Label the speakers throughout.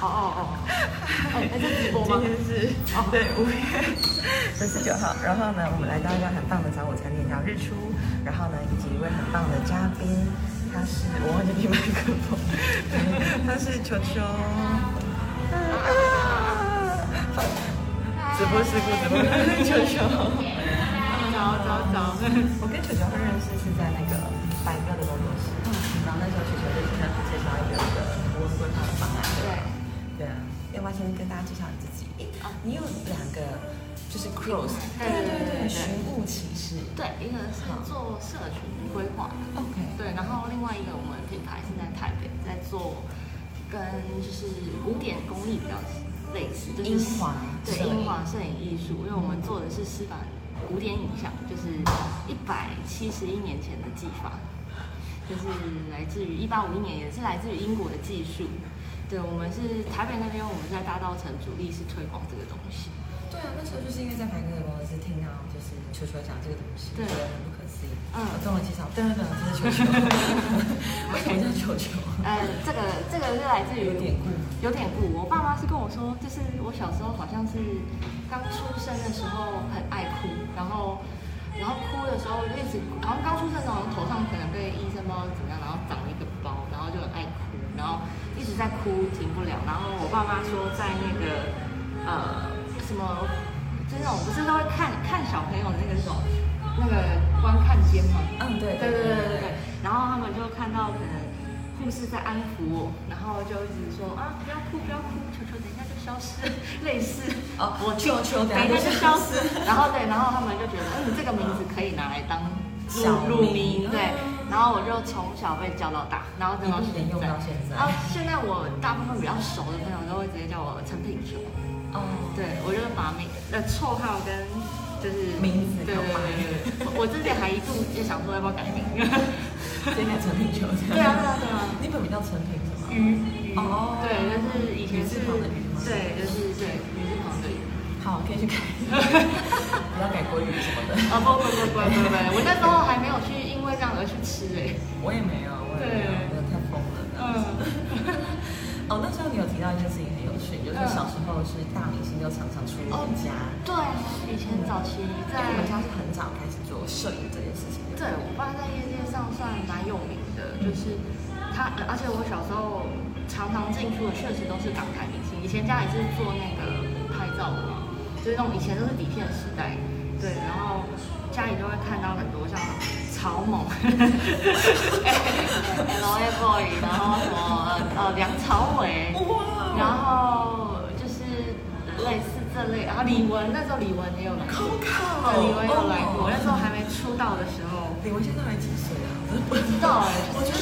Speaker 1: 哦
Speaker 2: 哦，
Speaker 1: 哎
Speaker 2: 还在直播
Speaker 3: 今
Speaker 2: 吗？
Speaker 3: 天是对五月二十九号，然后呢，我们来到一个很棒的早午餐店叫日出，然后呢，以及一位很棒的嘉宾，他是我忘记递麦克风，他是球球。啊直播事故，直播球球。
Speaker 2: 早早
Speaker 3: 啊
Speaker 2: 早，
Speaker 3: 我跟球球会认识是在那个百妙的工作室，嗯然后那时候球球就是他介绍有一个我问他的方案，对吧？对嗯啊，要不要先跟大家介绍你自己？诶你有两个就是 cross，对嗯对对，寻物启事
Speaker 1: 对，一个是做社群规划的，
Speaker 3: ，OK，
Speaker 1: 对，然后另外一个我们品牌是在台北，在做跟就是古典工艺比较类似，就是
Speaker 3: 英华
Speaker 1: 对
Speaker 3: 摄影
Speaker 1: 英华摄影艺术，因为我们做的是湿版古典影像，就是一百七十一年前的技法，就是来自于一八五一年，也是来自于英国的技术。对，我们是台北那边，我们在大道城主力是推广这个东西。
Speaker 3: 对啊，那时候就是因为在百妙的工作室听到就是球球讲这个东西，
Speaker 1: 对
Speaker 3: 觉得很不可思议，
Speaker 1: 嗯
Speaker 3: 我跟我介绍，对对对，这是球球， 为什么叫球球？
Speaker 1: 呃，这个这个是来自于
Speaker 3: 有典故。
Speaker 1: 有典故。我爸妈是跟我说，就是我小时候好像是刚出生的时候很爱哭，然后然后哭的时候就一直，好像刚出生的时候头上可能被医生不知道怎么样，然后长了一个包，然后就很爱哭，然后一直在哭停不了。然后我爸妈说在那个呃什么，就是那种不是都会看看小朋友的那个什么那个观看间吗？
Speaker 3: 嗯，对
Speaker 1: 对对对对对。然后他们就看到可能护士在安抚我，然后就一直说啊，不要哭，不要哭，球球等一下就消失， 类似，
Speaker 3: 哦，我球球
Speaker 1: 等一下就消失。 然后对，然后他们就觉得，嗯，这个名字可以拿来当
Speaker 3: 小
Speaker 1: 入入名，
Speaker 3: 名
Speaker 1: 对。然后我就从小被教到大，然后等到
Speaker 3: 一
Speaker 1: 现
Speaker 3: 直用
Speaker 1: 在
Speaker 3: 到。现在
Speaker 1: 然后现在我大部分比较熟的朋友都会直接叫我陈品球，
Speaker 3: 哦，
Speaker 1: 对我就是把名呃绰号跟就是
Speaker 3: 名字
Speaker 1: 对对对对对，我我 之前还一度也想说要不要改名，
Speaker 3: 这个成品球
Speaker 1: 对啊，对啊， 对啊。
Speaker 3: 你本名叫成品什么？
Speaker 1: 鱼鱼
Speaker 3: 哦
Speaker 1: 对，就是以前是
Speaker 3: 鱼字旁的鱼吗
Speaker 1: 对，就是对鱼字旁的鱼。
Speaker 3: 好，可以去改， 不要改国语什么的。
Speaker 1: 啊不不不不不不，我那时候还没有去因为这样而去吃哎、
Speaker 3: 我也没有，我也没有，真的太疯了。
Speaker 1: 嗯
Speaker 3: 哦，那时候你有提到一件事情很有趣，就是
Speaker 1: 嗯
Speaker 3: 小时候是大明星就常常出我们家，
Speaker 1: 对，啊以前早期
Speaker 3: 因
Speaker 1: 在
Speaker 3: 为我们家是很早开始做摄影这件事情。
Speaker 1: 哦对我爸在业界上算蛮有名的，就是他，呃而且我小时候常常进出的确实都是港台明星。以前家里是做那个拍照的嘛，就是那种以前都是底片时代，对，然后家里就会看到很多像草蜢、L A Boy，然后什么呃呃梁朝伟，
Speaker 3: 哇
Speaker 1: 然后就是类似这类，然后李玟那时候李玟也有来过。
Speaker 3: 靠
Speaker 1: 李玟有来过，那时候还没出道的时候，
Speaker 3: 哦李文现在还几岁啊？不
Speaker 1: 知道哎
Speaker 3: 我觉得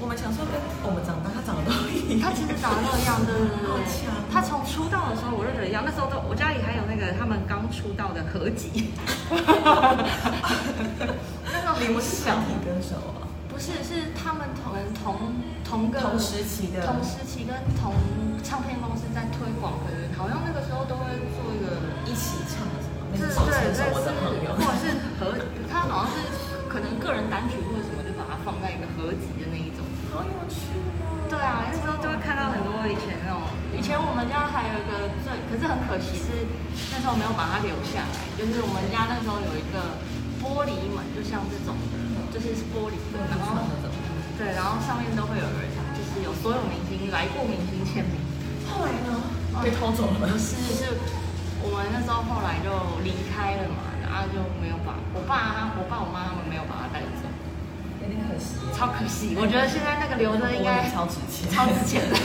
Speaker 3: 我们小时候跟我们长大，他长得都一样。
Speaker 1: 她其实长得那样，对对对
Speaker 3: 好
Speaker 1: 对
Speaker 3: 强哦
Speaker 1: 她从出道的时候我就觉得一样，那时候都我家里还有那个他们刚出道的合集， 那时候
Speaker 3: 李
Speaker 1: 很
Speaker 3: 文 是
Speaker 1: 小
Speaker 3: 小，体歌手啊，
Speaker 1: 不是是他们同同同个
Speaker 3: 同时期的
Speaker 1: 同时期跟同唱片公司在推广，可能好像那个时候都会做一个
Speaker 3: 一起唱的什么？那
Speaker 1: 对对
Speaker 3: 个手牵
Speaker 1: 对，
Speaker 3: 手，我的朋友。
Speaker 1: 或者是合，他好像是可能个人单曲或者什么，就把它放在一个合集的那一种。
Speaker 3: 好有趣哦！
Speaker 1: 对啊，那时候就会看到很多以前那种，以前我们家还有一个最，可是很可惜是那时候没有把它留下来，就是我们家那时候有一个玻璃门，就像这种的，就是玻璃门，
Speaker 3: 啊
Speaker 1: 然后对，然后上面都会有人，就是有所有明星来过明星签名。
Speaker 3: 啊后来呢？哦被偷走了。
Speaker 1: 不是，是我们那时候后来就离开了嘛，然后就没有把我爸他、我爸、我妈他们没有把他带走，
Speaker 3: 有点可惜。
Speaker 1: 超可惜。我觉得现在那个留着应该
Speaker 3: 超值钱，
Speaker 1: 超值钱的。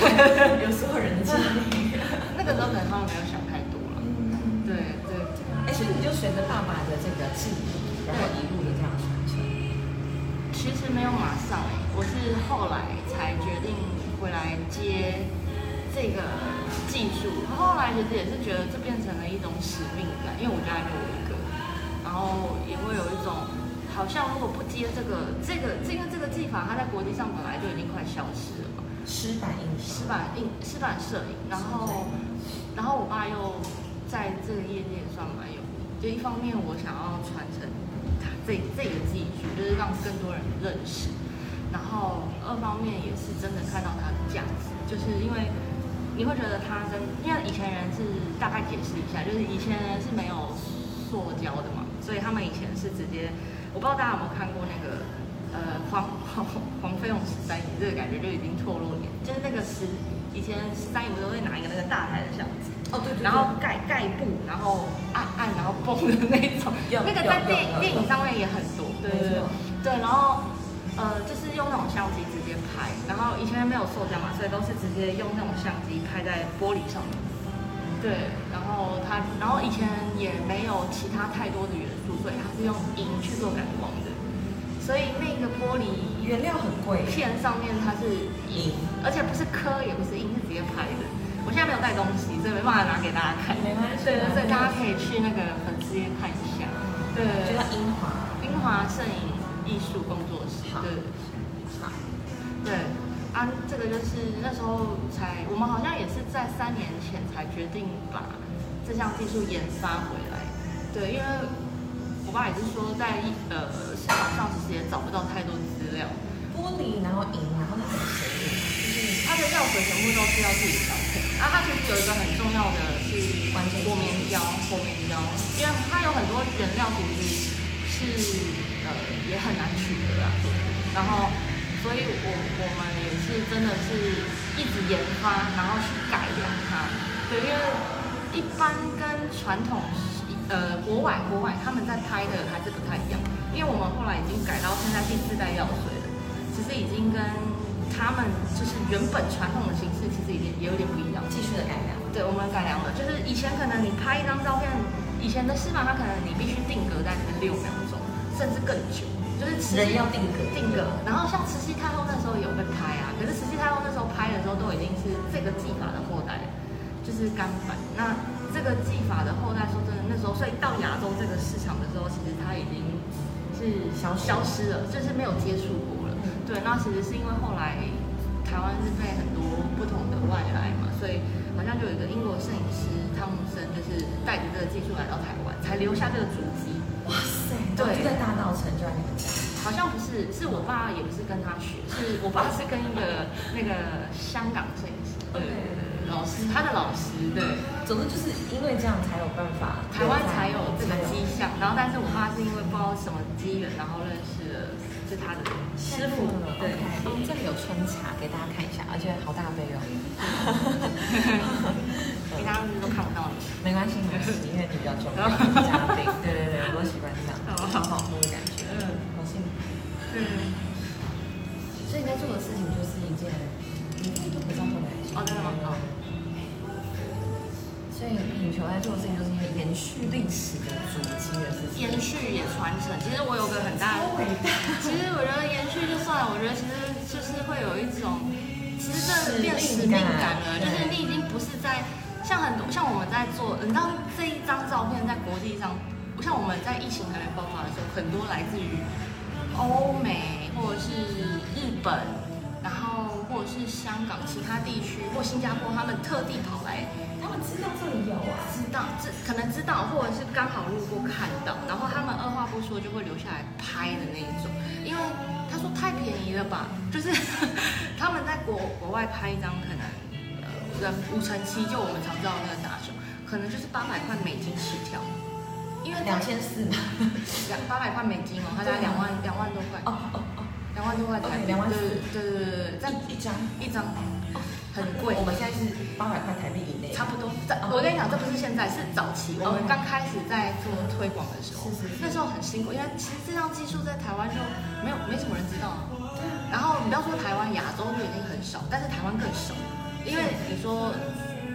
Speaker 3: 有所有人的经历。
Speaker 1: 那个时候可能他们没有想太多了。
Speaker 3: 嗯
Speaker 1: 对对，
Speaker 3: 哎，所以你就随着爸爸的这个记忆，然后一路的这样传承。
Speaker 1: 其实没有马上、欸，我是后来才决定回来接这个技术。后来其实也是觉得这变成了一种使命感，因为我家里就我一个，然后也会有一种好像如果不接这个这个这个这个技法，它在国际上本来就已经快消失了嘛。
Speaker 3: 失败印
Speaker 1: 湿板印湿板摄影，然后然后我爸又在这个业界也算蛮有名，就一方面我想要传承他这这个技术，就是让更多人认识，然后二方面也是真的看到它的价值，就是因为。你会觉得它跟因为以前人是大概解释一下，就是以前人是没有塑胶的嘛，所以他们以前是直接，我不知道大家有没有看过那个呃黄黄黄飞鸿十三姨，这个感觉就已经脱落年，就是那个十以前十三姨不都会拿一个那个大台的箱 子。
Speaker 3: 哦对对对
Speaker 1: 然后盖盖布，然后按按，然后崩的那种，
Speaker 3: 有
Speaker 1: 那个
Speaker 3: 有
Speaker 1: 在
Speaker 3: 有
Speaker 1: 电
Speaker 3: 有
Speaker 1: 电影上面也很多，对对
Speaker 3: 没
Speaker 1: 对
Speaker 3: 错，
Speaker 1: 对，然后呃，就是用那种相机直接拍，然后以前没有塑胶嘛，所以都是直接用那种相机拍在玻璃上面，对，然后它，然后以前也没有其他太多的元素，所以它是用银去做感光的，所以那个玻璃
Speaker 3: 原料很贵，
Speaker 1: 片上面它是银，而且不是刻，也不是印，是直接拍的。我现在没有带东西，所以没办法拿给大家看。
Speaker 3: 没关系
Speaker 1: 对，所以大家可以去那个粉丝页看一下。对，
Speaker 3: 就叫樱华。
Speaker 1: 冰华摄影艺术工作室。
Speaker 3: 好
Speaker 1: 对
Speaker 3: 好，
Speaker 1: 对，啊，这个就是那时候才，我们好像也是在三年前才决定把这项技术研发回来。对，因为我爸也是说在一呃市场上其实也找不到太多资料。
Speaker 3: 玻璃，然后银，然后那个水印，
Speaker 1: 它的药水全部都是要自己调配。然后它其实有一个很重要的是
Speaker 3: 完全
Speaker 1: 火棉胶，火棉胶，因为它有很多原料其实是呃也很难取得啊。然后，所以我我们也是真的是一直研发，然后去改良它。对，因为一般跟传统呃国外国外他们在拍的还是不太一样，因为我们后来已经改到现在第四代药水了，其实已经跟他们就是原本传统的形式其实已经也有点不一样。
Speaker 3: 继续的改良。
Speaker 1: 对，我们改良了，就是以前可能你拍一张照片，以前的司马它可能你必须定格在那边六秒钟，甚至更久，就是持续
Speaker 3: 人要定格
Speaker 1: 定格。然后像慈禧太后那时候有被拍啊，可是慈禧太后那时候拍的时候都已经是这个技法的后代了，就是干板。那这个技法的后代，说真的，那时候所以到亚洲这个市场的时候，其实它已经是
Speaker 3: 消失
Speaker 1: 消失了，就是没有接触过了。对，那其实是因为后来台湾是被很多不同的外来嘛，所以好像就有一个英国摄影师汤姆森，就是带着这个技术来到台湾，才留下这个足迹。
Speaker 3: 哇塞，
Speaker 1: 对
Speaker 3: 就在大道城，就在你们家。
Speaker 1: 好像不是，是我爸也不是跟他学，是我爸是跟一个那个香港摄影师，对对对对，老师，他的老师，对，
Speaker 3: 总之就是因为这样才有办法，
Speaker 1: 台湾才有这个
Speaker 3: 才有
Speaker 1: 迹象。然后，但是我爸是因为不知道什么机缘，然后认识了是他的师傅，
Speaker 3: 对
Speaker 1: 对，，
Speaker 3: 我哦们这里有春茶给大家看一下，而且好大杯 哦。
Speaker 1: 其他人都看不到你。
Speaker 3: 没关系，没关系，因为你比较重 要，你比较对对对对，我都喜欢这样，
Speaker 1: 好
Speaker 3: 好好喝的感觉，
Speaker 1: 嗯
Speaker 3: 好幸福。
Speaker 1: 嗯。
Speaker 3: 所以你在做的事情就是一件，你可以做不到的事情。
Speaker 1: 哦真的吗哦
Speaker 3: 所以影球在做的事情就是一个延续历史的足迹的事情。
Speaker 1: 延续也传承。其实我有个很大，
Speaker 3: 伟大
Speaker 1: 其实我觉得延续就算了，我觉得其实就是会有一种，其实真的变使命感了，
Speaker 3: 使命感
Speaker 1: 就是你已经不是在像很多像我们在做，你知道这一张照片在国际上，不像我们在疫情还没爆发的时候，很多来自于欧美或者是日本。然后，或者是香港其他地区或新加坡，他们特地跑来
Speaker 3: 他们知道这里有啊，
Speaker 1: 知道，知可能知道，或者是刚好路过看到，然后他们二话不说就会留下来拍的那一种，因为他说太便宜了吧，就是他们在国国外拍一张可能呃五成七，就我们常知道的那个打手，可能就是八百块美金起跳，因为
Speaker 3: 两千四吧。
Speaker 1: 两八百块美金哦，它大概两万两万多块，
Speaker 3: 哦哦哦，
Speaker 1: 两万多块台币，
Speaker 3: OK，两万
Speaker 1: 对
Speaker 3: 四
Speaker 1: 对对对对，在
Speaker 3: 一一张
Speaker 1: 一张很贵
Speaker 3: 我。们现在是八百块台币以内。
Speaker 1: 差不多。在
Speaker 3: 哦
Speaker 1: 我跟你讲，这不是现在，是早期我们刚开始在做推广的时候
Speaker 3: 是是是，
Speaker 1: 那时候很辛苦，因为其实这项技术在台湾就没有没什么人知道啊。然后你不要说台湾，亚洲就已经很少，但是台湾更少，因为你说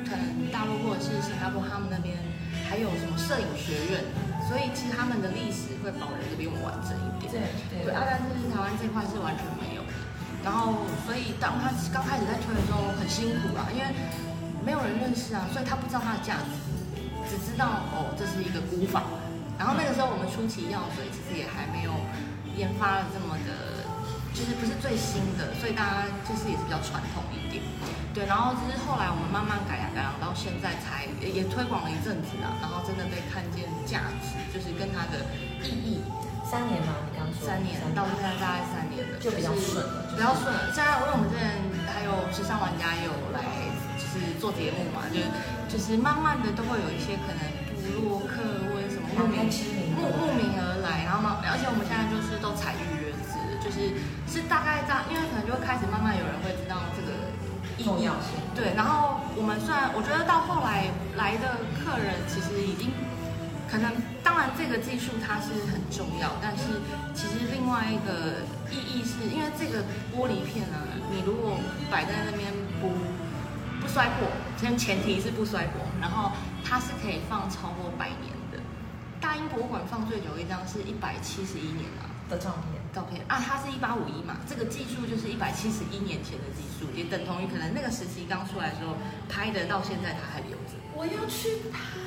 Speaker 1: 可能大陆或者是新加坡他们那边还有什么摄影学院，所以其实他们的历史会保留的比我们完整一点。
Speaker 3: 对对
Speaker 1: 对，啊，但是台湾这块是完全没有的。然后，所以当他刚开始在推的时候很辛苦啊，因为没有人认识啊，所以他不知道它的价值，只知道哦这是一个古法。然后那个时候我们初期药水其实也还没有研发的这么的，就是不是最新的，所以大家就是也是比较传统一点。对，然后就是后来我们慢慢改良改良到现在才也也推广了一阵子啊，然后真的被看见价值，就是跟它的意义
Speaker 3: 三年嘛，你刚说
Speaker 1: 三年到现在大概三年了，
Speaker 3: 就比较顺了
Speaker 1: 比较顺了。现在因为我们之前还有时尚玩家也有来，就是就是做节目嘛，就是就是慢慢的都会有一些可能部落客或者什么
Speaker 3: 有
Speaker 1: 慕名
Speaker 3: 没有知名
Speaker 1: 慕慕
Speaker 3: 度
Speaker 1: 名而来，然后嘛，而且我们现在就是都采预约制，就是是大概这样，因为可能就会开始慢慢有人会知道这个意义
Speaker 3: 重要性
Speaker 1: 对，然后我们虽然我觉得到后来来的客人其实已经，可能当然这个技术它是很重要，但是其实另外一个意义是因为这个玻璃片啊，你如果摆在那边不不摔破，前前提是不摔破，然后它是可以放超过百年的。大英博物馆放最久一张是一百七十一年啊，
Speaker 3: 的照片。
Speaker 1: 照片啊，它是一八五一嘛，这个技术就是一百七十一年前的技术，也等同于可能那个时期刚出来的时候拍的，到现在它还留着。
Speaker 3: 我要去拍。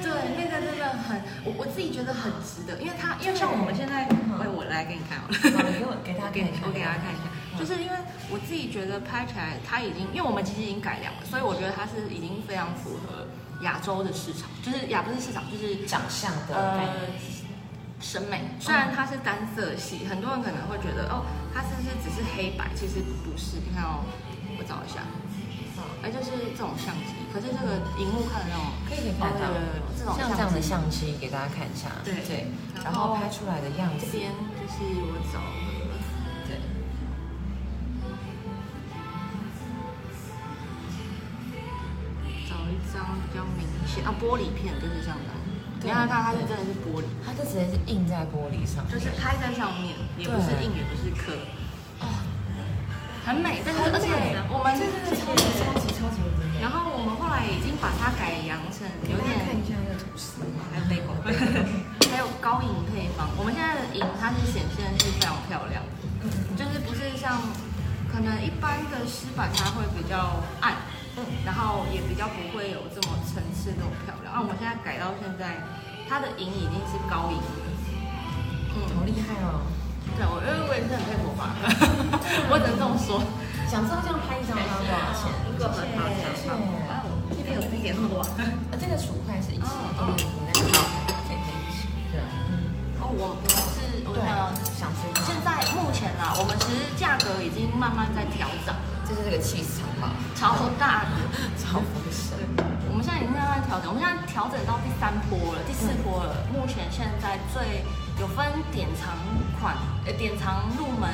Speaker 1: 对，那个真的很，我我自己觉得很值得，因为它因为像我们现在，
Speaker 3: 嗯
Speaker 1: 喂，我来给你看好了。
Speaker 3: 好你给 我给
Speaker 1: 我
Speaker 3: 他
Speaker 1: 给
Speaker 3: 看一下
Speaker 1: 我给大家看一下，
Speaker 3: 嗯
Speaker 1: 就是因为我自己觉得拍起来，它已经，因为我们其实已经改良了，所以我觉得它是已经非常符合亚洲的市场，就是亚不是市场，就是
Speaker 3: 长相的概
Speaker 1: 呃
Speaker 3: 念，嗯
Speaker 1: 审美。虽然它是单色系，很多人可能会觉得哦，它是不是只是黑白？其实不是。你看哦，我找一下，
Speaker 3: 嗯
Speaker 1: 哎，就是这种相机。可是这个荧幕看的那种，
Speaker 3: 可以给看到
Speaker 1: 哦有有有这种
Speaker 3: 像这样的
Speaker 1: 相机
Speaker 3: 相机给大家看一下，
Speaker 1: 对
Speaker 3: 然
Speaker 1: 然
Speaker 3: 后
Speaker 1: 后
Speaker 3: 拍出来的样
Speaker 1: 这
Speaker 3: 子，
Speaker 1: 边就是我找了。
Speaker 3: 对，
Speaker 1: 找一张比较明显啊，玻璃片就是这样的。你看它，它是真的是玻璃，
Speaker 3: 它就直接是印在玻璃上，
Speaker 1: 就是拍在上面，也不是印，也不是刻，
Speaker 3: 哦，
Speaker 1: 很美。但是而且我们
Speaker 3: 超级超级无敌美
Speaker 1: 然后我们后来已经把它改良成有点
Speaker 3: 下那个图示，
Speaker 1: 还有背光， 还有高银配方。我们现在的银它是显现是非常漂亮的，就是不是像可能一般的湿版它会比较暗，
Speaker 3: 嗯
Speaker 1: 然后也比较不会有这么层次那么漂亮。那、我们现在改到现在，它的银已经是高银了。
Speaker 3: 好
Speaker 1: 嗯，
Speaker 3: 厉害哦！
Speaker 1: 对，我因为我也是很佩服吧，我只能这么说。
Speaker 3: 想知道这样拍一张要多少钱？
Speaker 1: 如果很好想
Speaker 3: 谢谢
Speaker 1: 这边有三点多。
Speaker 3: 啊，这个薯块是一起，
Speaker 1: 哦哦
Speaker 3: 你那个好，可以可以一起，对，嗯，
Speaker 1: 哦，我我是我
Speaker 3: 对
Speaker 1: 想，
Speaker 3: 想知道
Speaker 1: 现，在目前啦，我们其实价格已经慢慢在调整，
Speaker 3: 这是这个气场吧，
Speaker 1: 超大的。
Speaker 3: 超不神，
Speaker 1: 我们现在已经慢慢调整，我们现在调整到第三波了，第四波了。目前现在最有分典藏款，呃，典藏入门、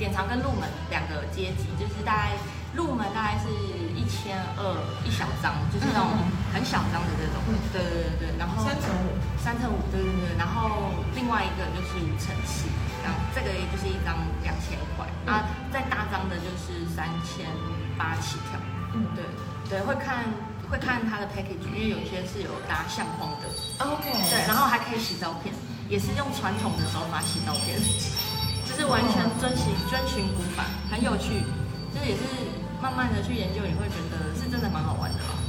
Speaker 1: 典藏跟入门两个阶级，就是大概入门大概是一千二一小张，就是那种
Speaker 3: 嗯嗯
Speaker 1: 很小张的这种。对对对对，然后
Speaker 3: 三乘五。
Speaker 1: 三乘五，对对对，然后另外一个就是五乘七，然后这个也就是一张两千块啊，再大张的就是三千八起跳，
Speaker 3: 嗯
Speaker 1: 对对，会看会看它的 package，因为有些是有搭相框的，
Speaker 3: OK，
Speaker 1: 对，然后还可以洗照片，也是用传统的手法洗照片， 就是完全遵循遵循古法，很有趣，就是也是慢慢的去研究，你会觉得是真的蛮好玩的啊吧。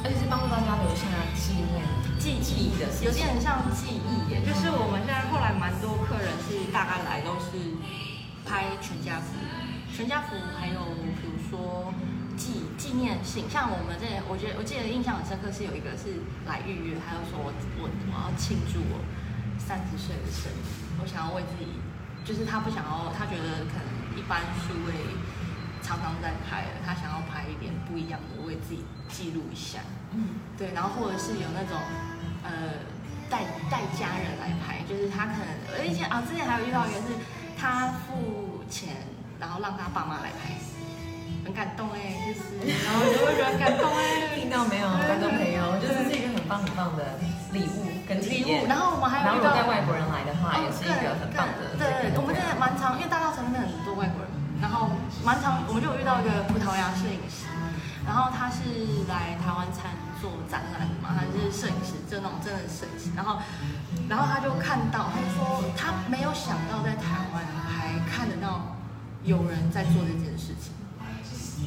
Speaker 3: 而且是帮助大家留下纪念。
Speaker 1: 记忆的，有点像记忆耶。就是我们现在后来蛮多客人是大概来都是拍全家福，全家福还有比如说纪纪念性，像我们这里我觉得我记得印象很深刻是有一个是来预约，他就说我我我要庆祝我三十岁的生日，我想要为自己，就是他不想要，他觉得可能一般数位常常在拍的，他想要拍一点不一样的，为自己记录一下。
Speaker 3: 嗯，
Speaker 1: 对，然后或者是有那种呃带带家人来拍，就是他可能而且啊，之前还有遇到一个是他付钱，然后让他爸妈来拍，很感动哎、就是然后你就会觉得很感动哎、
Speaker 3: 听到没有，观众朋友？我觉得这是一个很棒很棒的礼物跟
Speaker 1: 嗯
Speaker 3: 体
Speaker 1: 礼
Speaker 3: 验
Speaker 1: 物，。然后我们还有
Speaker 3: 然
Speaker 1: 遇
Speaker 3: 后如果
Speaker 1: 到
Speaker 3: 带外国人来的
Speaker 1: 哦，
Speaker 3: 话，也是一个很棒的。
Speaker 1: 对对，对我们真的蛮常，因为大稻城那边很多外国人，然后蛮常我们就有遇到一个葡萄牙摄影师，
Speaker 3: 嗯
Speaker 1: 然后他是来台湾参做展览的嘛，他是摄影师，就那种真的摄影师，然后然后他就看到，他就说他没有想到在台湾还看得到有人在做这件事情。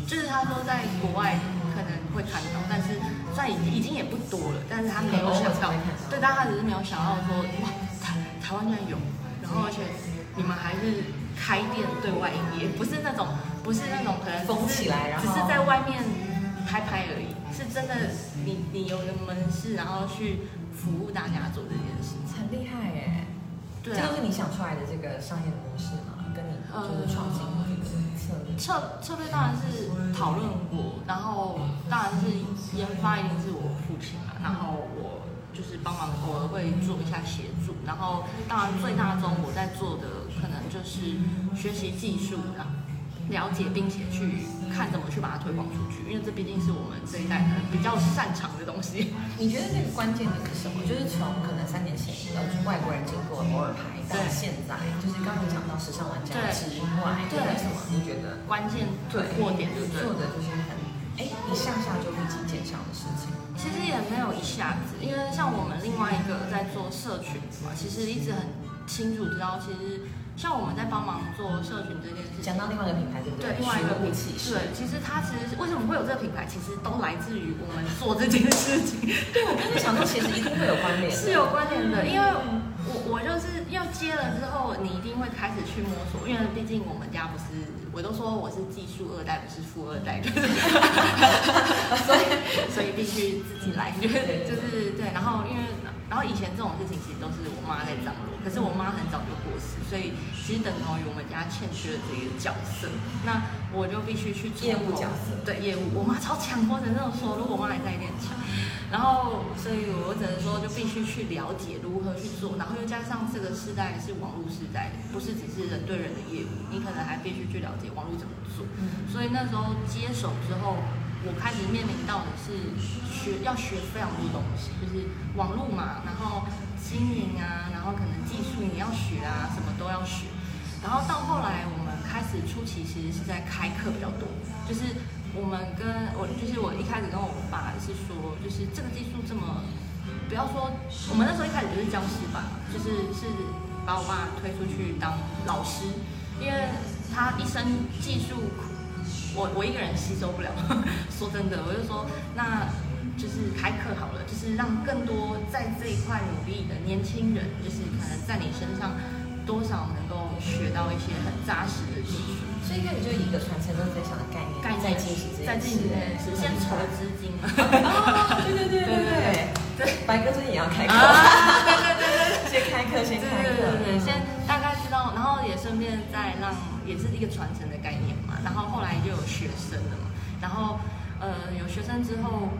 Speaker 1: 就是他说在国外可能会看到，但是在已经也不多了，但是他没有想到，对，但他只是没有想到说哇，台台湾居然有，然后而且你们还是开店对外营业，不是那种不是那种可能只是
Speaker 3: 封起来然后
Speaker 1: 只是在外面拍拍而已，是真的你你有个门市，然后去服务大家做这件事情，
Speaker 3: 很厉害耶！
Speaker 1: 对
Speaker 3: 这
Speaker 1: 啊
Speaker 3: 就。是你想出来的这个商业的模式吗？跟你就是创新策略？
Speaker 1: 策策略当然是讨论我，然后当然是研发一定是我父亲嘛，然后我就是帮忙偶尔会做一下协助，然后当然最大宗我在做的可能就是学习技术啦，了解并且去看怎么去把它推广出去，因为这毕竟是我们这一代可能比较擅长的东西。
Speaker 3: 你觉得那个关键点是什么？就是从可能三年前呃外国人经过偶尔拍到
Speaker 1: 对
Speaker 3: 现在，就是刚刚你讲到时尚玩家
Speaker 1: 对
Speaker 3: 之外，
Speaker 1: 对
Speaker 3: 为什么你觉得
Speaker 1: 关键突破点对不对？
Speaker 3: 做的就是很哎一下下就立即见效的事情？
Speaker 1: 其实也没有一下子，因为像我们另外一个在做社群嘛，其实一直很清楚知道，其实像我们在帮忙做社群这件事情
Speaker 3: 讲，到另外一个品牌对不
Speaker 1: 对另
Speaker 3: 另
Speaker 1: 外
Speaker 3: 外
Speaker 1: 一
Speaker 3: 一
Speaker 1: 个
Speaker 3: 个
Speaker 1: 品
Speaker 3: 武器是
Speaker 1: 对，其实它其实是为什么会有这个品牌，其实都来自于我们做这件事情，
Speaker 3: 对，我跟你想说其实一定会有关联 的。嗯
Speaker 1: 是有关联的，因为我我就是要接了之后，你一定会开始去摸索，因为毕竟我们家不是，我都说我是技术二代，不是富二代，就是 所以所以必须自己来，就是就是对，然后因为然后以前这种事情其实都是我妈在掌握，可是我妈很早就过世，所以其实等同于我们家欠缺了这个角色，那我就必须去从
Speaker 3: 业务
Speaker 1: 头
Speaker 3: 角色
Speaker 1: 对业务，我妈超强，或者那种说，如果我妈还在练强，然后所以我只能说就必须去了解如何去做，然后又加上这个时代是网络时代，不是只是人对人的业务，你可能还必须去了解网络怎么做。
Speaker 3: 嗯
Speaker 1: 所以那时候接手之后，我开始面临到的是学要学非常多东西，就是网络嘛，然后经营啊，然后可能技术你要学啊，什么都要学。然后到后来，我们开始初期其实是在开课比较多，就是我们跟我就是我一开始跟我爸是说，就是这个技术这么，不要说我们那时候一开始就是教师吧，就是是把我爸推出去当老师，因为他一身技术苦我我一个人吸收不了。 说真的，我就说那就是开课好了，就是让更多在这一块努力的年轻人，就是可能在你身上多少能够学到一些很扎实的技术。
Speaker 3: 所以一开始就以一个传承跟分享的概念，
Speaker 1: 概
Speaker 3: 在
Speaker 1: 念
Speaker 3: 进行这
Speaker 1: 在
Speaker 3: 件
Speaker 1: 进行
Speaker 3: 事
Speaker 1: 这件事，先筹资金 嘛。
Speaker 3: 哦对对对对对
Speaker 1: 对
Speaker 3: 白哥最近也要开课，
Speaker 1: 啊对对对对对
Speaker 3: 先开课，先
Speaker 1: 对
Speaker 3: 开
Speaker 1: 对
Speaker 3: 课，
Speaker 1: 对对，先大概知道，然后也顺便再让，也是一个传承的概念嘛。然后后来就有学生了嘛，然后呃有学生之后，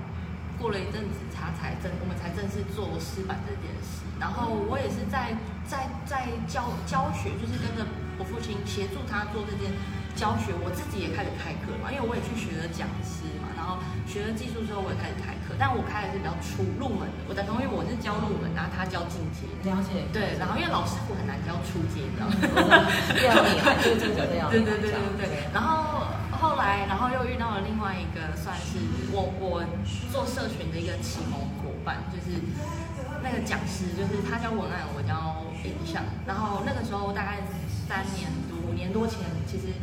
Speaker 1: 过了一阵子，他才正我们才正式做师版这件事。然后我也是在在在教教学，就是跟着我父亲协助他做这件教学，我自己也开始开课嘛，因为我也去学了讲师嘛，然后学了技术之后，我也开始开课，但我开的是比较初入门的，我等同于我是教入门，然后他教进阶。
Speaker 3: 了解，
Speaker 1: 对，然后因为老师傅很难教初阶，你知道吗？
Speaker 3: 要厉害，这个这个要
Speaker 1: 对对对对对。然后后来，然后又遇到了另外一个算是我我做社群的一个启蒙伙伴，就是那个讲师，就是他教文案，我教影像。然后那个时候大概三年多、五年多前，其实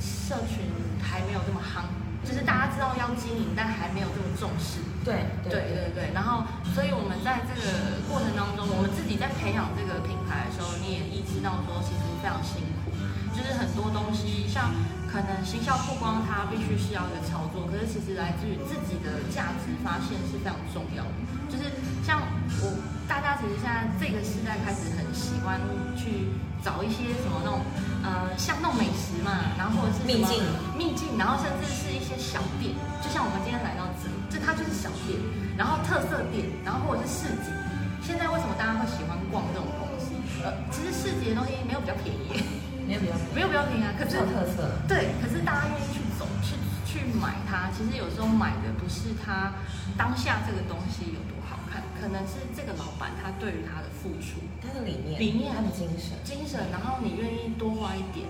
Speaker 1: 社群还没有这么夯，就是大家知道要经营，但还没有这么重视。
Speaker 3: 对
Speaker 1: 对对对，然后所以我们在这个过程当中，我们自己在培养这个品牌的时候，你也意识到说，其实非常辛苦，就是很多东西，像可能行销曝光，它必须是要一个操作，可是其实来自于自己的价值发现是非常重要的，就是像我大家其实现在这个时代开始很喜欢去找一些什么那种。呃，像那种美食嘛，然后或者是什么
Speaker 3: 秘境
Speaker 1: 秘境，然后甚至是一些小店，就像我们今天来到这里，这它就是小店，然后特色店，然后或者是市集。现在为什么大家会喜欢逛这种东西？呃，其实市集的东西没有比较便宜，
Speaker 3: 没有比较
Speaker 1: 没有比较便宜啊，可是
Speaker 3: 比较特色了。
Speaker 1: 对，可是大家愿意去走去去买它，其实有时候买的不是它当下这个东西有多好看，可能是这个老板他对于他的付出，
Speaker 3: 他的理念，
Speaker 1: 理念
Speaker 3: 他的精神，
Speaker 1: 精神，然后你愿意多花一点，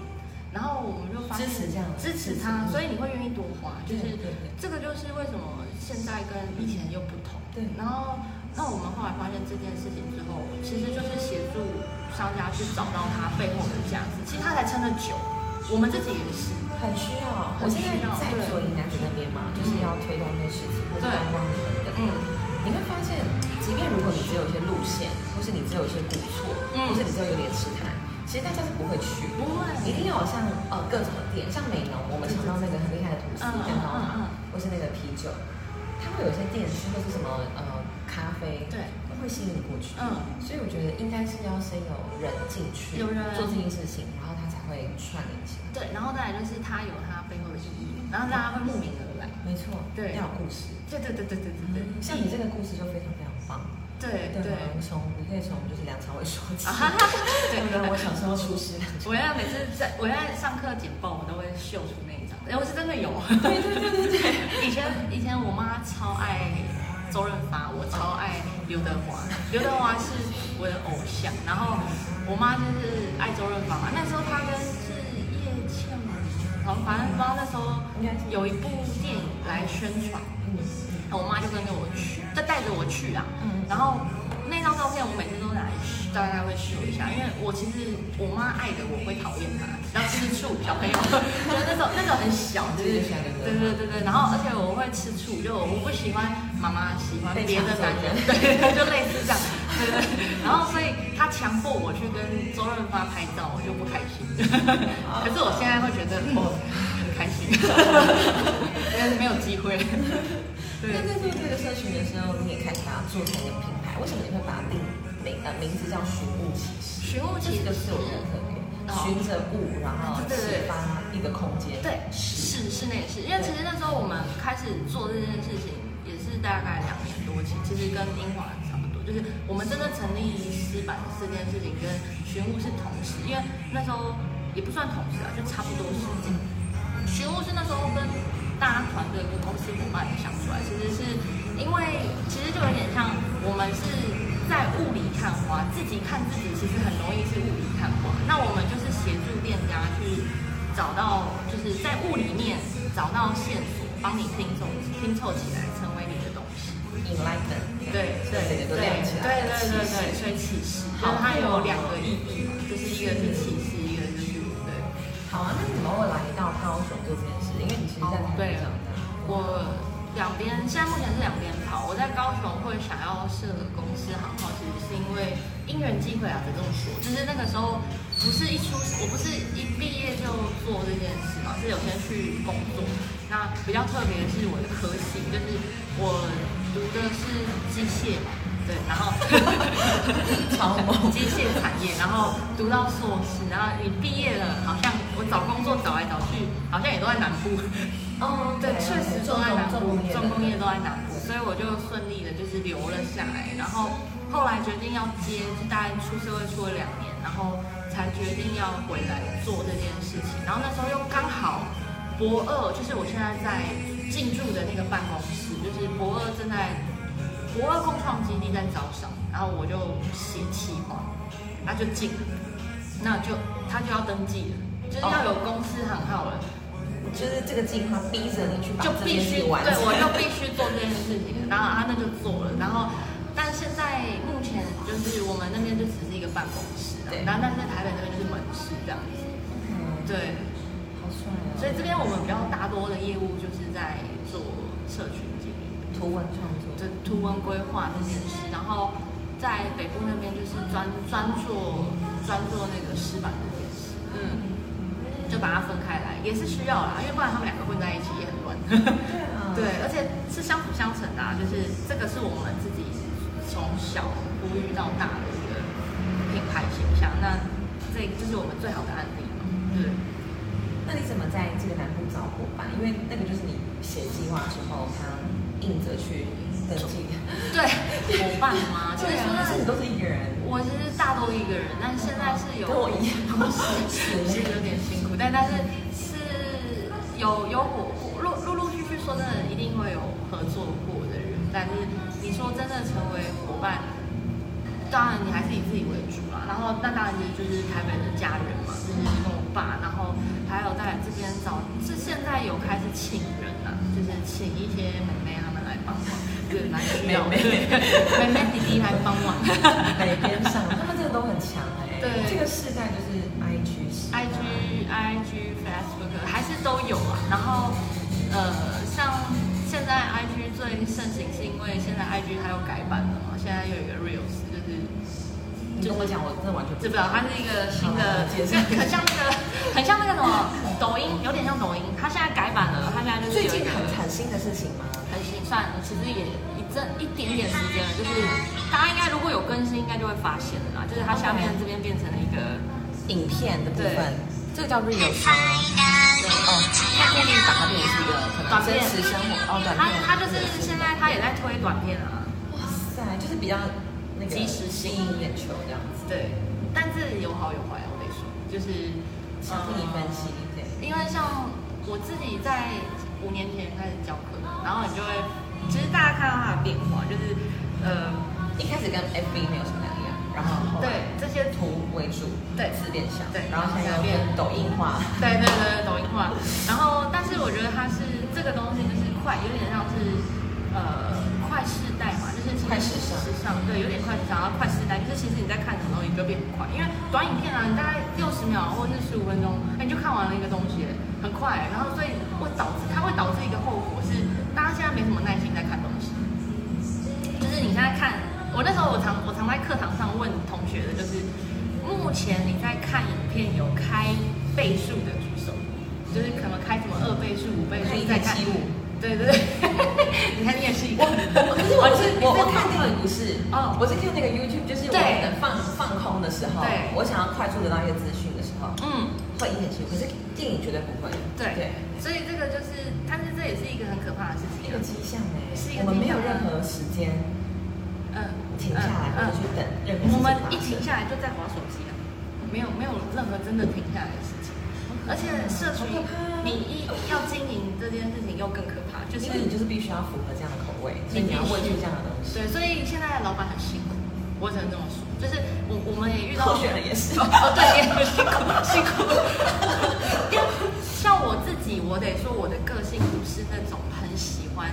Speaker 1: 然后我们就发现
Speaker 3: 支持这样的
Speaker 1: 支持他，所以你会愿意多花，就是
Speaker 3: 对对对
Speaker 1: 这个就是为什么现在跟以前又不同。
Speaker 3: 对
Speaker 1: 然后那我们后来发现这件事情之后，其实就是协助商家去找到它背后的价值，其实它才撑得久。我们自己也是，
Speaker 3: 很需要。我
Speaker 1: 很
Speaker 3: 现
Speaker 1: 需
Speaker 3: 在
Speaker 1: 要
Speaker 3: 在
Speaker 1: 对嗯
Speaker 3: 做云南子那边嘛，就是要推动这个事情，或者
Speaker 1: 对
Speaker 3: 观光等
Speaker 1: 嗯。
Speaker 3: 等。你会发现，即便如果你只有一些路线，或是你只有一些古厝，
Speaker 1: 嗯
Speaker 3: 或是你只有有点吃摊，其实大家是不会去的。
Speaker 1: 不会
Speaker 3: 一定要有像呃各种的店，像美浓，我们尝到那个很厉害的吐司
Speaker 1: 嗯嗯
Speaker 3: 蛋糕
Speaker 1: 嗯嗯
Speaker 3: 塔，或是那个啤酒，它会有一些店是会是什么呃咖啡，
Speaker 1: 对，
Speaker 3: 会吸引你过去。
Speaker 1: 嗯，
Speaker 3: 所以我觉得应该是要先有人进去，
Speaker 1: 有人
Speaker 3: 做这件事情，然后他才会会串联起来。
Speaker 1: 对，然后再来就是它有它背后的意义，然后大家会慕名而来。
Speaker 3: 没错，
Speaker 1: 对
Speaker 3: 要有故事。
Speaker 1: 对对对对对对对，
Speaker 3: 像你这个故事就非常非常棒。
Speaker 1: 对对
Speaker 3: 嗯对啊，从你可以从就是梁朝伟说起。
Speaker 1: 啊哈哈，
Speaker 3: 对
Speaker 1: 对，
Speaker 3: 我小时候出师 梁朝
Speaker 1: 我
Speaker 3: 伟。
Speaker 1: 原来每次在我原来上课简报，我都会秀出那一张，哎，我是真的有。
Speaker 3: 对对对对对。
Speaker 1: 以前以前我妈超爱周润发，我超爱刘德华，刘德华是我的偶像。然后我妈就是爱周润发嘛，那时候她跟是叶倩文，好像反正不知道那时候有一部电影来宣传，我妈就跟着我去，就带着我去啊。
Speaker 3: 嗯
Speaker 1: 然后那张照片我每次都拿来修大概会修一下，因为我其实我妈爱的我会讨厌她，然后吃醋小朋友， 就是那时候那时候很小，就是对对对对，然后而且我会吃醋，就我不喜欢妈妈喜欢别的男人，对， 就类似这样，对对。然后所以她强迫我去跟周润发拍照，我就不开心。 可是我现在会觉得我很开心， 但是没有机会。 对
Speaker 3: 那在做这个社群的时候，你也开始把它做成一个品牌，为什么你会把它定名呃名字叫寻物启事？
Speaker 1: 寻物
Speaker 3: 这
Speaker 1: 启
Speaker 3: 个
Speaker 1: 事
Speaker 3: 是我觉得特别，寻着物，然后
Speaker 1: 哦对对
Speaker 3: 启
Speaker 1: 对
Speaker 3: 发一个空间。
Speaker 1: 对，是室内是，因为其实那时候我们开始做这件事情也是大概两年多前，其实跟英华差不多，就是我们真的成立石板这件事情跟寻物是同时，因为那时候也不算同时啊，就差不多时间。寻物是那时候跟大家团队跟公司伙伴想出来，啊其实是因为其实就有点像我们是在雾里看花，自己看自己，其实很容易是雾里看花。那我们就是协助店家去找到，就是在雾里面找到线索，帮你拼凑拼凑起来，成为你的东西。
Speaker 3: enlighten，
Speaker 1: 对对对
Speaker 3: 这
Speaker 1: 对
Speaker 3: 个都
Speaker 1: 对
Speaker 3: 亮起
Speaker 1: 对
Speaker 3: 来了，
Speaker 1: 对
Speaker 3: 启
Speaker 1: 对，
Speaker 3: 示
Speaker 1: 所以启示，然后它有两个意义嘛，就是一个是启示，一个就是对。
Speaker 3: 好啊，那你怎么会来到高雄做这件事？因为你其实在台北长大。
Speaker 1: 哦我两边现在目前是两边跑。我在高雄会想要设公司行号，其实是因为因缘际会啊，得这么说。就是那个时候不是一出，我不是一毕业就做这件事嘛，是有先去工作。那比较特别的是我的科系，就是我读的是机械嘛，对，然后
Speaker 3: 超猛
Speaker 1: 机械产业，然后读到硕士，然后你毕业了，好像我找工作找来找去，好像也都在南部。
Speaker 3: 哦
Speaker 1: 对，确实都在南部，重工业
Speaker 3: 的
Speaker 1: 都在南部，所以我就顺利的就是留了下来，然后后来决定要接，就大概出社会出了两年，然后才决定要回来做这件事情，然后那时候又刚好博二，就是我现在在进驻的那个办公室，就是博二正在博二共创基地在招商，然后我就写企划，然后就进了，那就他就要登记了，就是要有公司行号了。
Speaker 3: 就是这个计划逼着你去把
Speaker 1: 就
Speaker 3: 这
Speaker 1: 必
Speaker 3: 件
Speaker 1: 须
Speaker 3: 事
Speaker 1: 对
Speaker 3: 完成。
Speaker 1: 我就必须做这件事情，然后他那就做了，然后但现在目前就是我们那边就只是一个办公室啊
Speaker 3: 对，
Speaker 1: 然后但是台北那边就是门市这样子，
Speaker 3: 嗯
Speaker 1: 对，
Speaker 3: 好帅哦！
Speaker 1: 所以这边我们比较大多的业务就是在做社群经营，
Speaker 3: 图文创作，
Speaker 1: 就图文规划这件事，然后在北部那边就是专专做专做那个石板这件事，嗯，就把它分开来也是需要啦，因为不然他们两个混在一起也很乱。
Speaker 3: 对啊，
Speaker 1: 对，而且是相辅相成的、啊，就是这个是我们自己从小呼吁到大的一个品牌形象。那这这是我们最好的案例嘛？对，
Speaker 3: 那你怎么在这个南部找伙伴？因为那个就是你写计划之后，他硬着去登记。
Speaker 1: 对，伙伴 吗？其实说
Speaker 3: 但是
Speaker 1: 真
Speaker 3: 你
Speaker 1: 的，
Speaker 3: 都是一个人，
Speaker 1: 我其实大多一个人，但现在是有
Speaker 3: 跟我一样
Speaker 1: 是是有点辛苦，但但是是有有伙陆陆陆续续说真的，一定会有合作过的人，但是你说真的成为伙伴。当然你还是以自己为主啦。然后那当然就是台北的家人嘛，就是跟我爸，然后还有在这边找，是现在有开始请人啦、就是请一些妹妹他们来帮忙，对，蛮需要的，
Speaker 3: 妹妹
Speaker 1: 妹妹弟弟来帮忙。
Speaker 3: 北边上，他们这个都很强哎。
Speaker 1: 对
Speaker 3: 这个世代就是 I G 啊
Speaker 1: I G I G Facebook 还是都有啊。然后呃，像现在 I G 最盛行是因为现在 I G 它又改版了嘛，现在又有一个 Reels，就是
Speaker 3: 你跟我讲，我真的完全
Speaker 1: 知不知道？它是一个新的，
Speaker 3: 好
Speaker 1: 很
Speaker 3: 解释
Speaker 1: 很像那个，很像那个什么抖音，有点像抖音。它现在改版了，它现在就是
Speaker 3: 最
Speaker 1: 有一
Speaker 3: 近
Speaker 1: 个
Speaker 3: 很很新的事情吗？
Speaker 1: 很新，算其实也一阵一点点时间了，就是大家应该如果有更新，应该就会发现了啦。就是它下面这边变成了一个
Speaker 3: 影片的部
Speaker 1: 对
Speaker 3: 分，这个叫 real 吗？哦，它固定把它变成是一个可能真实生活哦，短
Speaker 1: 他
Speaker 3: 片。
Speaker 1: 他就是现在他也在推短片啊，
Speaker 3: 哇塞，就是比较那个
Speaker 1: 即时
Speaker 3: 吸
Speaker 1: 性
Speaker 3: 引眼球这样子。
Speaker 1: 对，但是有好有坏，我得说，就是嗯
Speaker 3: 想听你分析，对，
Speaker 4: 因为像我自己在五年前开始教课，然后你就会，
Speaker 1: 其实大家看到他的变化，就是呃，
Speaker 3: 一开始跟 FB 没有什么两样，然后后
Speaker 1: 对
Speaker 3: 来
Speaker 1: 这些图，
Speaker 3: 图为主，
Speaker 1: 对
Speaker 3: 字变小，
Speaker 1: 对
Speaker 3: 然后现在又变抖音化，
Speaker 1: 对对对，抖音化。然后，但是我觉得它是这个东西就是快，有点像是呃快世代嘛，就是其实
Speaker 3: 快时尚
Speaker 1: 时尚，对，有点快时尚，然后快世代，就是其实你在看什么东西你就变很快，因为短影片啊，你大概六十秒或者是十五分钟，哎你就看完了一个东西，很快，然后所以会导致它会导致一个后果是，大家现在没什么耐心在看东西。就是你现在看，我那时候我常我常在课堂上问同学的，就是目前你在看影片有开倍数的举手，就是可能开什么二倍数、五倍数
Speaker 3: 看一
Speaker 1: 在
Speaker 3: 个
Speaker 1: 看
Speaker 3: 七。五。
Speaker 1: 对对 对，你看你哦也是一个
Speaker 3: 我，我可是我是我我看跳也不是
Speaker 1: 哦
Speaker 3: 我是看那个 YouTube，就是我
Speaker 1: 对
Speaker 3: 可能放放空的时候
Speaker 1: 对，
Speaker 3: 我想要快速得到一些资讯的时候，
Speaker 1: 嗯，
Speaker 3: 会一眼情，可是电影绝对不会。
Speaker 1: 对所以这个就是，但是这也是一个很可怕的事情
Speaker 3: 一个。迹象哎、
Speaker 1: 是一
Speaker 3: 我
Speaker 1: 个
Speaker 3: 们没
Speaker 1: 迹象
Speaker 3: 有任何时间
Speaker 1: 嗯，
Speaker 3: 停下来或者去等任
Speaker 1: 我
Speaker 3: 何事情
Speaker 1: 们
Speaker 3: 发生
Speaker 1: 一停下来就在划手机啊，没有没有任何真的停下来的事情。而且社群
Speaker 3: 哦好可怕，哦
Speaker 1: 你一要经营这件事情又更可怕，就是
Speaker 3: 因为你就是必须要符合这样的口味，所以
Speaker 1: 你
Speaker 3: 你要
Speaker 1: 必须
Speaker 3: 问出这样的东西。
Speaker 1: 对，所以现在的老板很辛苦，我只能这么说。就是我我们也遇到
Speaker 3: 候选人也是
Speaker 1: 哦，对，也很辛苦辛苦。因为像我自己，我得说我的个性不是那种很喜欢，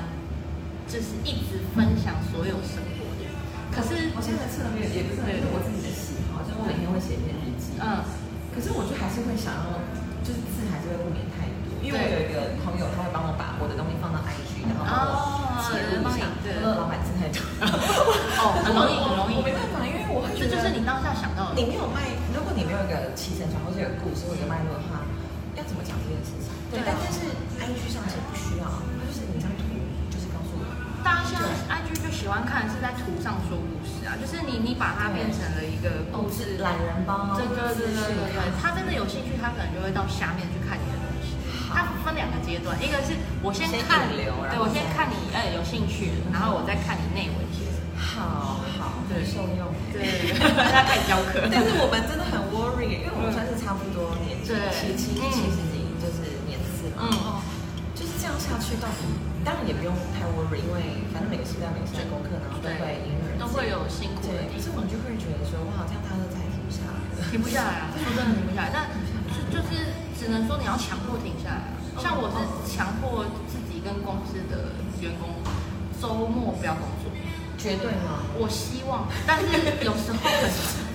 Speaker 1: 就是一直分享所有生活的人。可是
Speaker 3: 我现在的策略也不是很是我自己的喜好，就是我每天会写一篇日记。
Speaker 1: 嗯，
Speaker 3: 可是我就还是会想要，就是字还是会不免太多，因为我有一个朋友，他会帮我把我的东西放到 IG，然后帮我记录一下。我说老板字太多，
Speaker 1: 哦，很容易，很容易
Speaker 3: 我。没办法，因为我会觉
Speaker 1: 这就
Speaker 3: 得
Speaker 1: 是你当下想到的。
Speaker 3: 你没有卖，如果你没有一个起承转合或者有故事或者有脉络的话，要怎么讲这件事情？
Speaker 1: 对啊
Speaker 3: 但但是 IG 上是不需要，它就是你一张图，就是告诉我。
Speaker 1: 大家现在 IG 就喜欢看是在图上说故事啊，就是你你把它变成了一个故事哦
Speaker 3: 哦懒人包，
Speaker 1: 对对对对
Speaker 3: 资
Speaker 1: 对
Speaker 3: 讯
Speaker 1: 对对，他真的有兴趣，他可能就会到下面去看你的东西。他分两个阶段，一个是我先
Speaker 3: 先
Speaker 1: 看，
Speaker 3: 引流
Speaker 1: 对
Speaker 3: 然后
Speaker 1: 我先
Speaker 3: 再
Speaker 1: 看你哎有兴趣，然后我再看你内文写什么。
Speaker 3: 好好，
Speaker 1: 对
Speaker 3: 很受用。
Speaker 1: 对， 他太教课。
Speaker 3: 但是我们真的很 worry，因为我们算是差不多年纪，
Speaker 1: 对
Speaker 3: 七七
Speaker 1: 嗯
Speaker 3: 七十几就是年次嘛，
Speaker 1: 嗯
Speaker 3: 哦，就是这样下去到底，当然也不用太 worry，因为反正每个时代每个时代功课，然后都会因人
Speaker 1: 都
Speaker 3: 而异
Speaker 1: 会有辛苦的
Speaker 3: 对，
Speaker 1: 地
Speaker 3: 所以我
Speaker 1: 方
Speaker 3: 们，就会觉得说，哇，这样大家都再也停不下来了。
Speaker 1: 停不下来啊，说真的停不下来。但就就是只能说你要强迫停下来啊。像我是强迫自己跟公司的员工周末不要工作，
Speaker 3: 绝对吗？
Speaker 1: 我希望，但是有时候很，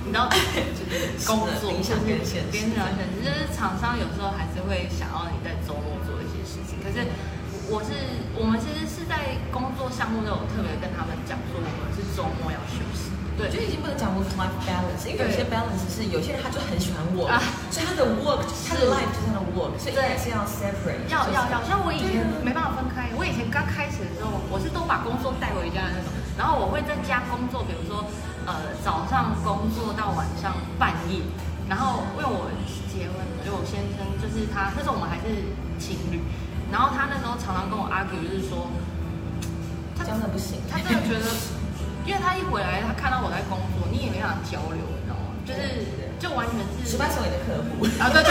Speaker 1: 你知道，就是工作
Speaker 3: 理想跟现实
Speaker 1: 跟理想跟现实，就是厂商有时候还是会想要你在周末做一些事情。可是我是我们其实是在工作项目都有特别跟他们讲说，我们是周末要休息。
Speaker 3: 我
Speaker 1: 对，
Speaker 3: 觉得已经不能讲 work life balance，因为有些
Speaker 1: 对
Speaker 3: balance 是有些人他就很喜欢 work，、
Speaker 1: 啊
Speaker 3: 所以他的 work 就是他的
Speaker 1: 是
Speaker 3: life 就是他的 work，所以
Speaker 1: 对
Speaker 3: 还是要 separate，
Speaker 1: 要
Speaker 3: 就是
Speaker 1: 要要，像我以前
Speaker 3: 对啊
Speaker 1: 没办法分开，我以前刚开始的时候，我是都把工作带回家的那种，然后我会在家工作，比如说呃早上工作到晚上半夜，然后因为我结婚了，因为我先生就是他那时候我们还是情侣，然后他那时候常常跟我 argue，就是说他
Speaker 3: 这样的不行，
Speaker 1: 他真的觉得，因为他一回来他看到我在工作，你也没办法交流，你知道吗？就是就完全是
Speaker 3: 十八成为你的客户，
Speaker 1: 啊对对对。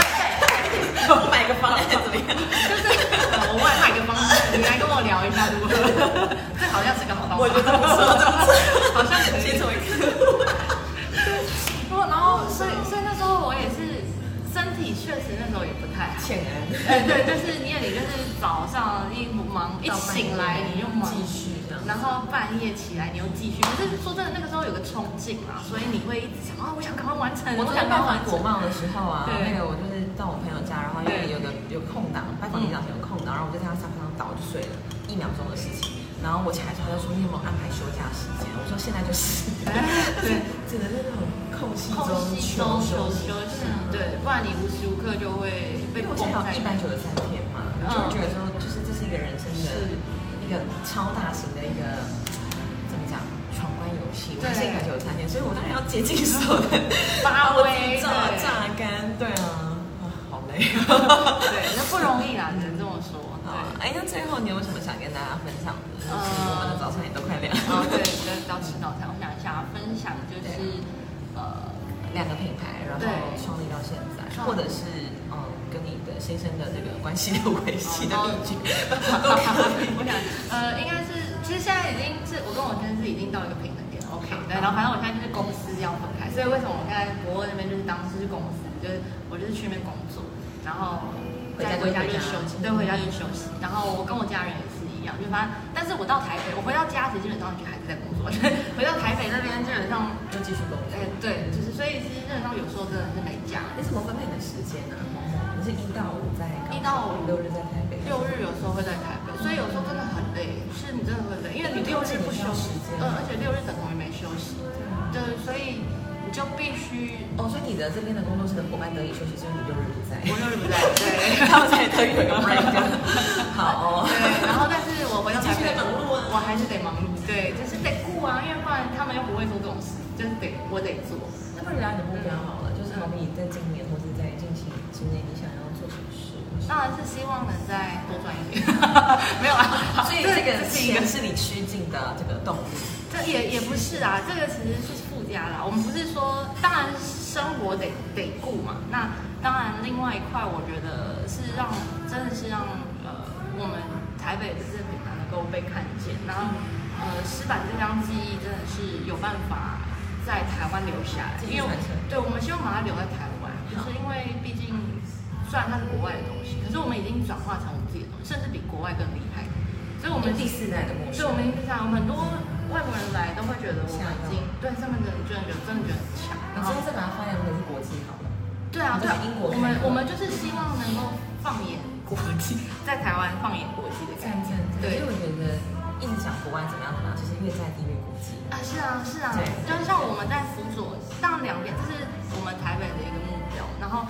Speaker 3: 我买个方案怎 么样？
Speaker 1: 就是呃我外卖的方式，你来跟我聊一下如何？这好像是个好方法，
Speaker 3: 我觉得不错，这 不错，
Speaker 1: 好像可以
Speaker 3: 先。成为客户。
Speaker 1: 不过然后所以所以那时候我也是身体确实那时候也不太好。
Speaker 3: 显然，
Speaker 1: 哎，对，就是因为你就是早上一忙一醒来你就忙，
Speaker 3: 继续这样。
Speaker 1: 然后半夜起来你又继续。可是说真的，那个时候有个冲劲啊，所以你会一直想啊，我想赶快完成，
Speaker 3: 我都
Speaker 1: 想
Speaker 3: 想
Speaker 1: 赶
Speaker 3: 到
Speaker 1: 快完
Speaker 3: 环
Speaker 1: 成
Speaker 3: 国。贸的时候啊，
Speaker 1: 对
Speaker 3: 那个我就是到我朋友家，然后因为有个有空档，拜
Speaker 1: 嗯
Speaker 3: 访领导前有空档，然后我就在他沙发上倒，我就睡了一秒钟的事情。然后我起来之后，他就说你有没有安排休假时间？我说现在 就是，
Speaker 1: 哎对，
Speaker 3: 只能在那种空隙中
Speaker 1: 空隙
Speaker 3: 求
Speaker 1: 中
Speaker 3: 休
Speaker 1: 休息，
Speaker 3: 息。
Speaker 1: 哦对，不然你无时无刻就会被
Speaker 3: 因为我
Speaker 1: 碰在
Speaker 3: 现在有一百九十三天嘛，
Speaker 1: 嗯
Speaker 3: 就会觉得说，就是这是一个人生的
Speaker 1: 是
Speaker 3: 一个超大型的一个怎么讲闯关游戏，我还是一
Speaker 1: 对
Speaker 3: 百九十三天，所以我当然要竭尽所能
Speaker 1: 发
Speaker 3: 把我
Speaker 1: 挥
Speaker 3: 自己榨
Speaker 1: 对
Speaker 3: 榨干，对啊，啊好累累。
Speaker 1: 对，那不容易啊啦，只能这么说。
Speaker 3: 好
Speaker 1: 对，，
Speaker 3: 哎，那最后你有什么想跟大家分享的？就是我们的早餐也都快 凉
Speaker 1: 然后呃哦
Speaker 3: 了，
Speaker 1: 对，就是要吃早餐，我想想要分享就是 呃。
Speaker 3: 两个品牌，然后
Speaker 1: 对
Speaker 3: 创立到现在，
Speaker 1: 创
Speaker 3: 或者是嗯，跟你的先生的这个关系的维系的
Speaker 1: 哦
Speaker 3: 秘诀，都可以。
Speaker 1: 我想，呃，应该是，其实现在已经是我跟我先生是已经到一个平衡点了，OK，对。然后反正我现在就是公司要分开，所以为什么我在国二那边就是当时是公司，就是我就是去那边工作，然后
Speaker 3: 回家
Speaker 1: 再
Speaker 3: 就
Speaker 1: 回家
Speaker 3: 回
Speaker 1: 就
Speaker 3: 家
Speaker 1: 休息，对，回家就休息。然后我跟我家人也是一样，就反正，但是我到台北，我回到家其实基本上就还是在工作， 就是回到台北那边基本上，
Speaker 3: 又继续工作
Speaker 1: 哎。、对，就是所以其实基本上有时候真的是没家。
Speaker 3: 你哎怎么分配你的时间呢、你是一到五在高雄，
Speaker 1: 一到五
Speaker 3: 六日在台北，
Speaker 1: 六日有时候会在台北，所以有时候真的很累，是你真的会累，因为你六日不休息，嗯，而且六日等同于没休息，对，所以你就必须
Speaker 3: 啊哦，所以你的这边的工作室的伙伴得以休息，所以你六日不在，
Speaker 1: 我六日不 在，对，
Speaker 3: 他们才得以有一个 break。好、哦，
Speaker 1: 对，然后但是我回到台
Speaker 3: 继续
Speaker 1: 北
Speaker 3: 在忙碌啊
Speaker 1: 我还是得忙碌，对，就是得顾啊，因为不然他们又不会做这种事，就是得我得做。
Speaker 3: 那不然聊你的目标好了，就是好比在今年或是在近期之内，你想要做什么事？
Speaker 1: 当然是希望能再多赚一点， 没有啊，
Speaker 3: 所以这个
Speaker 1: 是一个
Speaker 3: 钱是你趋近的这个动力，
Speaker 1: 这也也不是啊，这个其实是附加啊啦。我们不是说，当然生活得得顾嘛。那当然，另外一块我觉得是让，真的是让呃我们台北的这个品牌能够被看见。然后呃，石板这张记忆真的是有办法在台湾留下来，
Speaker 3: 继
Speaker 1: 因
Speaker 3: 续
Speaker 1: 为
Speaker 3: 传承
Speaker 1: 对我们希望把它留在台湾，就是因为毕竟虽然它是国外的东西，可是我们已经转化成我们自己的东西，甚至比国外更厉害。所以我
Speaker 3: 我
Speaker 1: 们
Speaker 3: 们第四代的模式
Speaker 1: 所以，我们印象，我们很多外国人来都会觉得我们已经对身份证真的觉得真的觉得很强。
Speaker 3: 你
Speaker 1: 然
Speaker 3: 之
Speaker 1: 后
Speaker 3: 后，再把它发扬成是国际好了。
Speaker 1: 对啊，对啊
Speaker 3: 就是英国
Speaker 1: 我们我们就是希望能够放眼国际，在台湾放眼国际的
Speaker 3: 赞
Speaker 1: 感觉
Speaker 3: 赞赞！。因
Speaker 1: 对
Speaker 3: 为我觉得一直讲国外怎么样怎么样，就是越在地越国际。
Speaker 1: 啊，是啊，是啊
Speaker 3: 对，
Speaker 1: 就是像我们在辅佐，当然两边这是我们台北的一个目标。然后，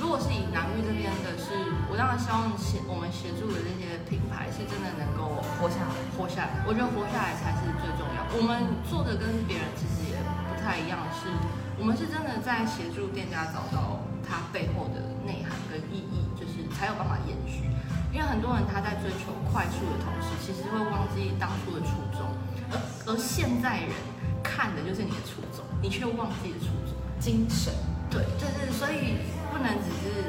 Speaker 1: 如果是以南域这边的是，我当然希望协我们协助的这些品牌是真的能够
Speaker 3: 活下来。
Speaker 1: 活下来，我觉得活下来才是最重要。我们做的跟别人其实也不太一样的是，我们是真的在协助店家找到它背后的内涵跟意义，就是才有办法延续。因为很多人他在追求快速的同时，其实会忘记当初的初衷，而而现在人看的就是你的初衷，你却忘记了初衷。
Speaker 3: 精神，
Speaker 1: 对，就是所以不能只是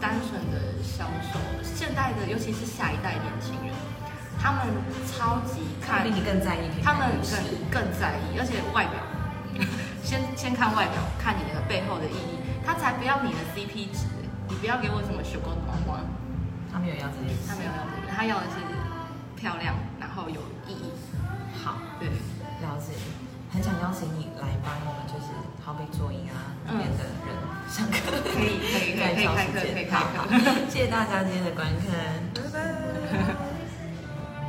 Speaker 1: 单纯的销售。现代的，尤其是下一代年轻人，他们超级
Speaker 3: 他
Speaker 1: 看
Speaker 3: 们比，你更在意品
Speaker 1: 他们
Speaker 3: 牌故事
Speaker 1: 更更在意，而且外表， 先先看外表，看你的背后的意义，他才不要你的 CP 值，你不要给我什么修狗短花，
Speaker 3: 他们有要这件事
Speaker 1: 他。没有要这个，他要的是漂亮，然后有意义，
Speaker 3: 好，
Speaker 1: 对。
Speaker 3: 了解。很想邀请你来帮我们，就是好比做营啊
Speaker 1: 嗯
Speaker 3: 那边的人上课，
Speaker 1: 可以可以可以可以开课可以开课
Speaker 3: 好好谢谢大家今天的观看，拜拜。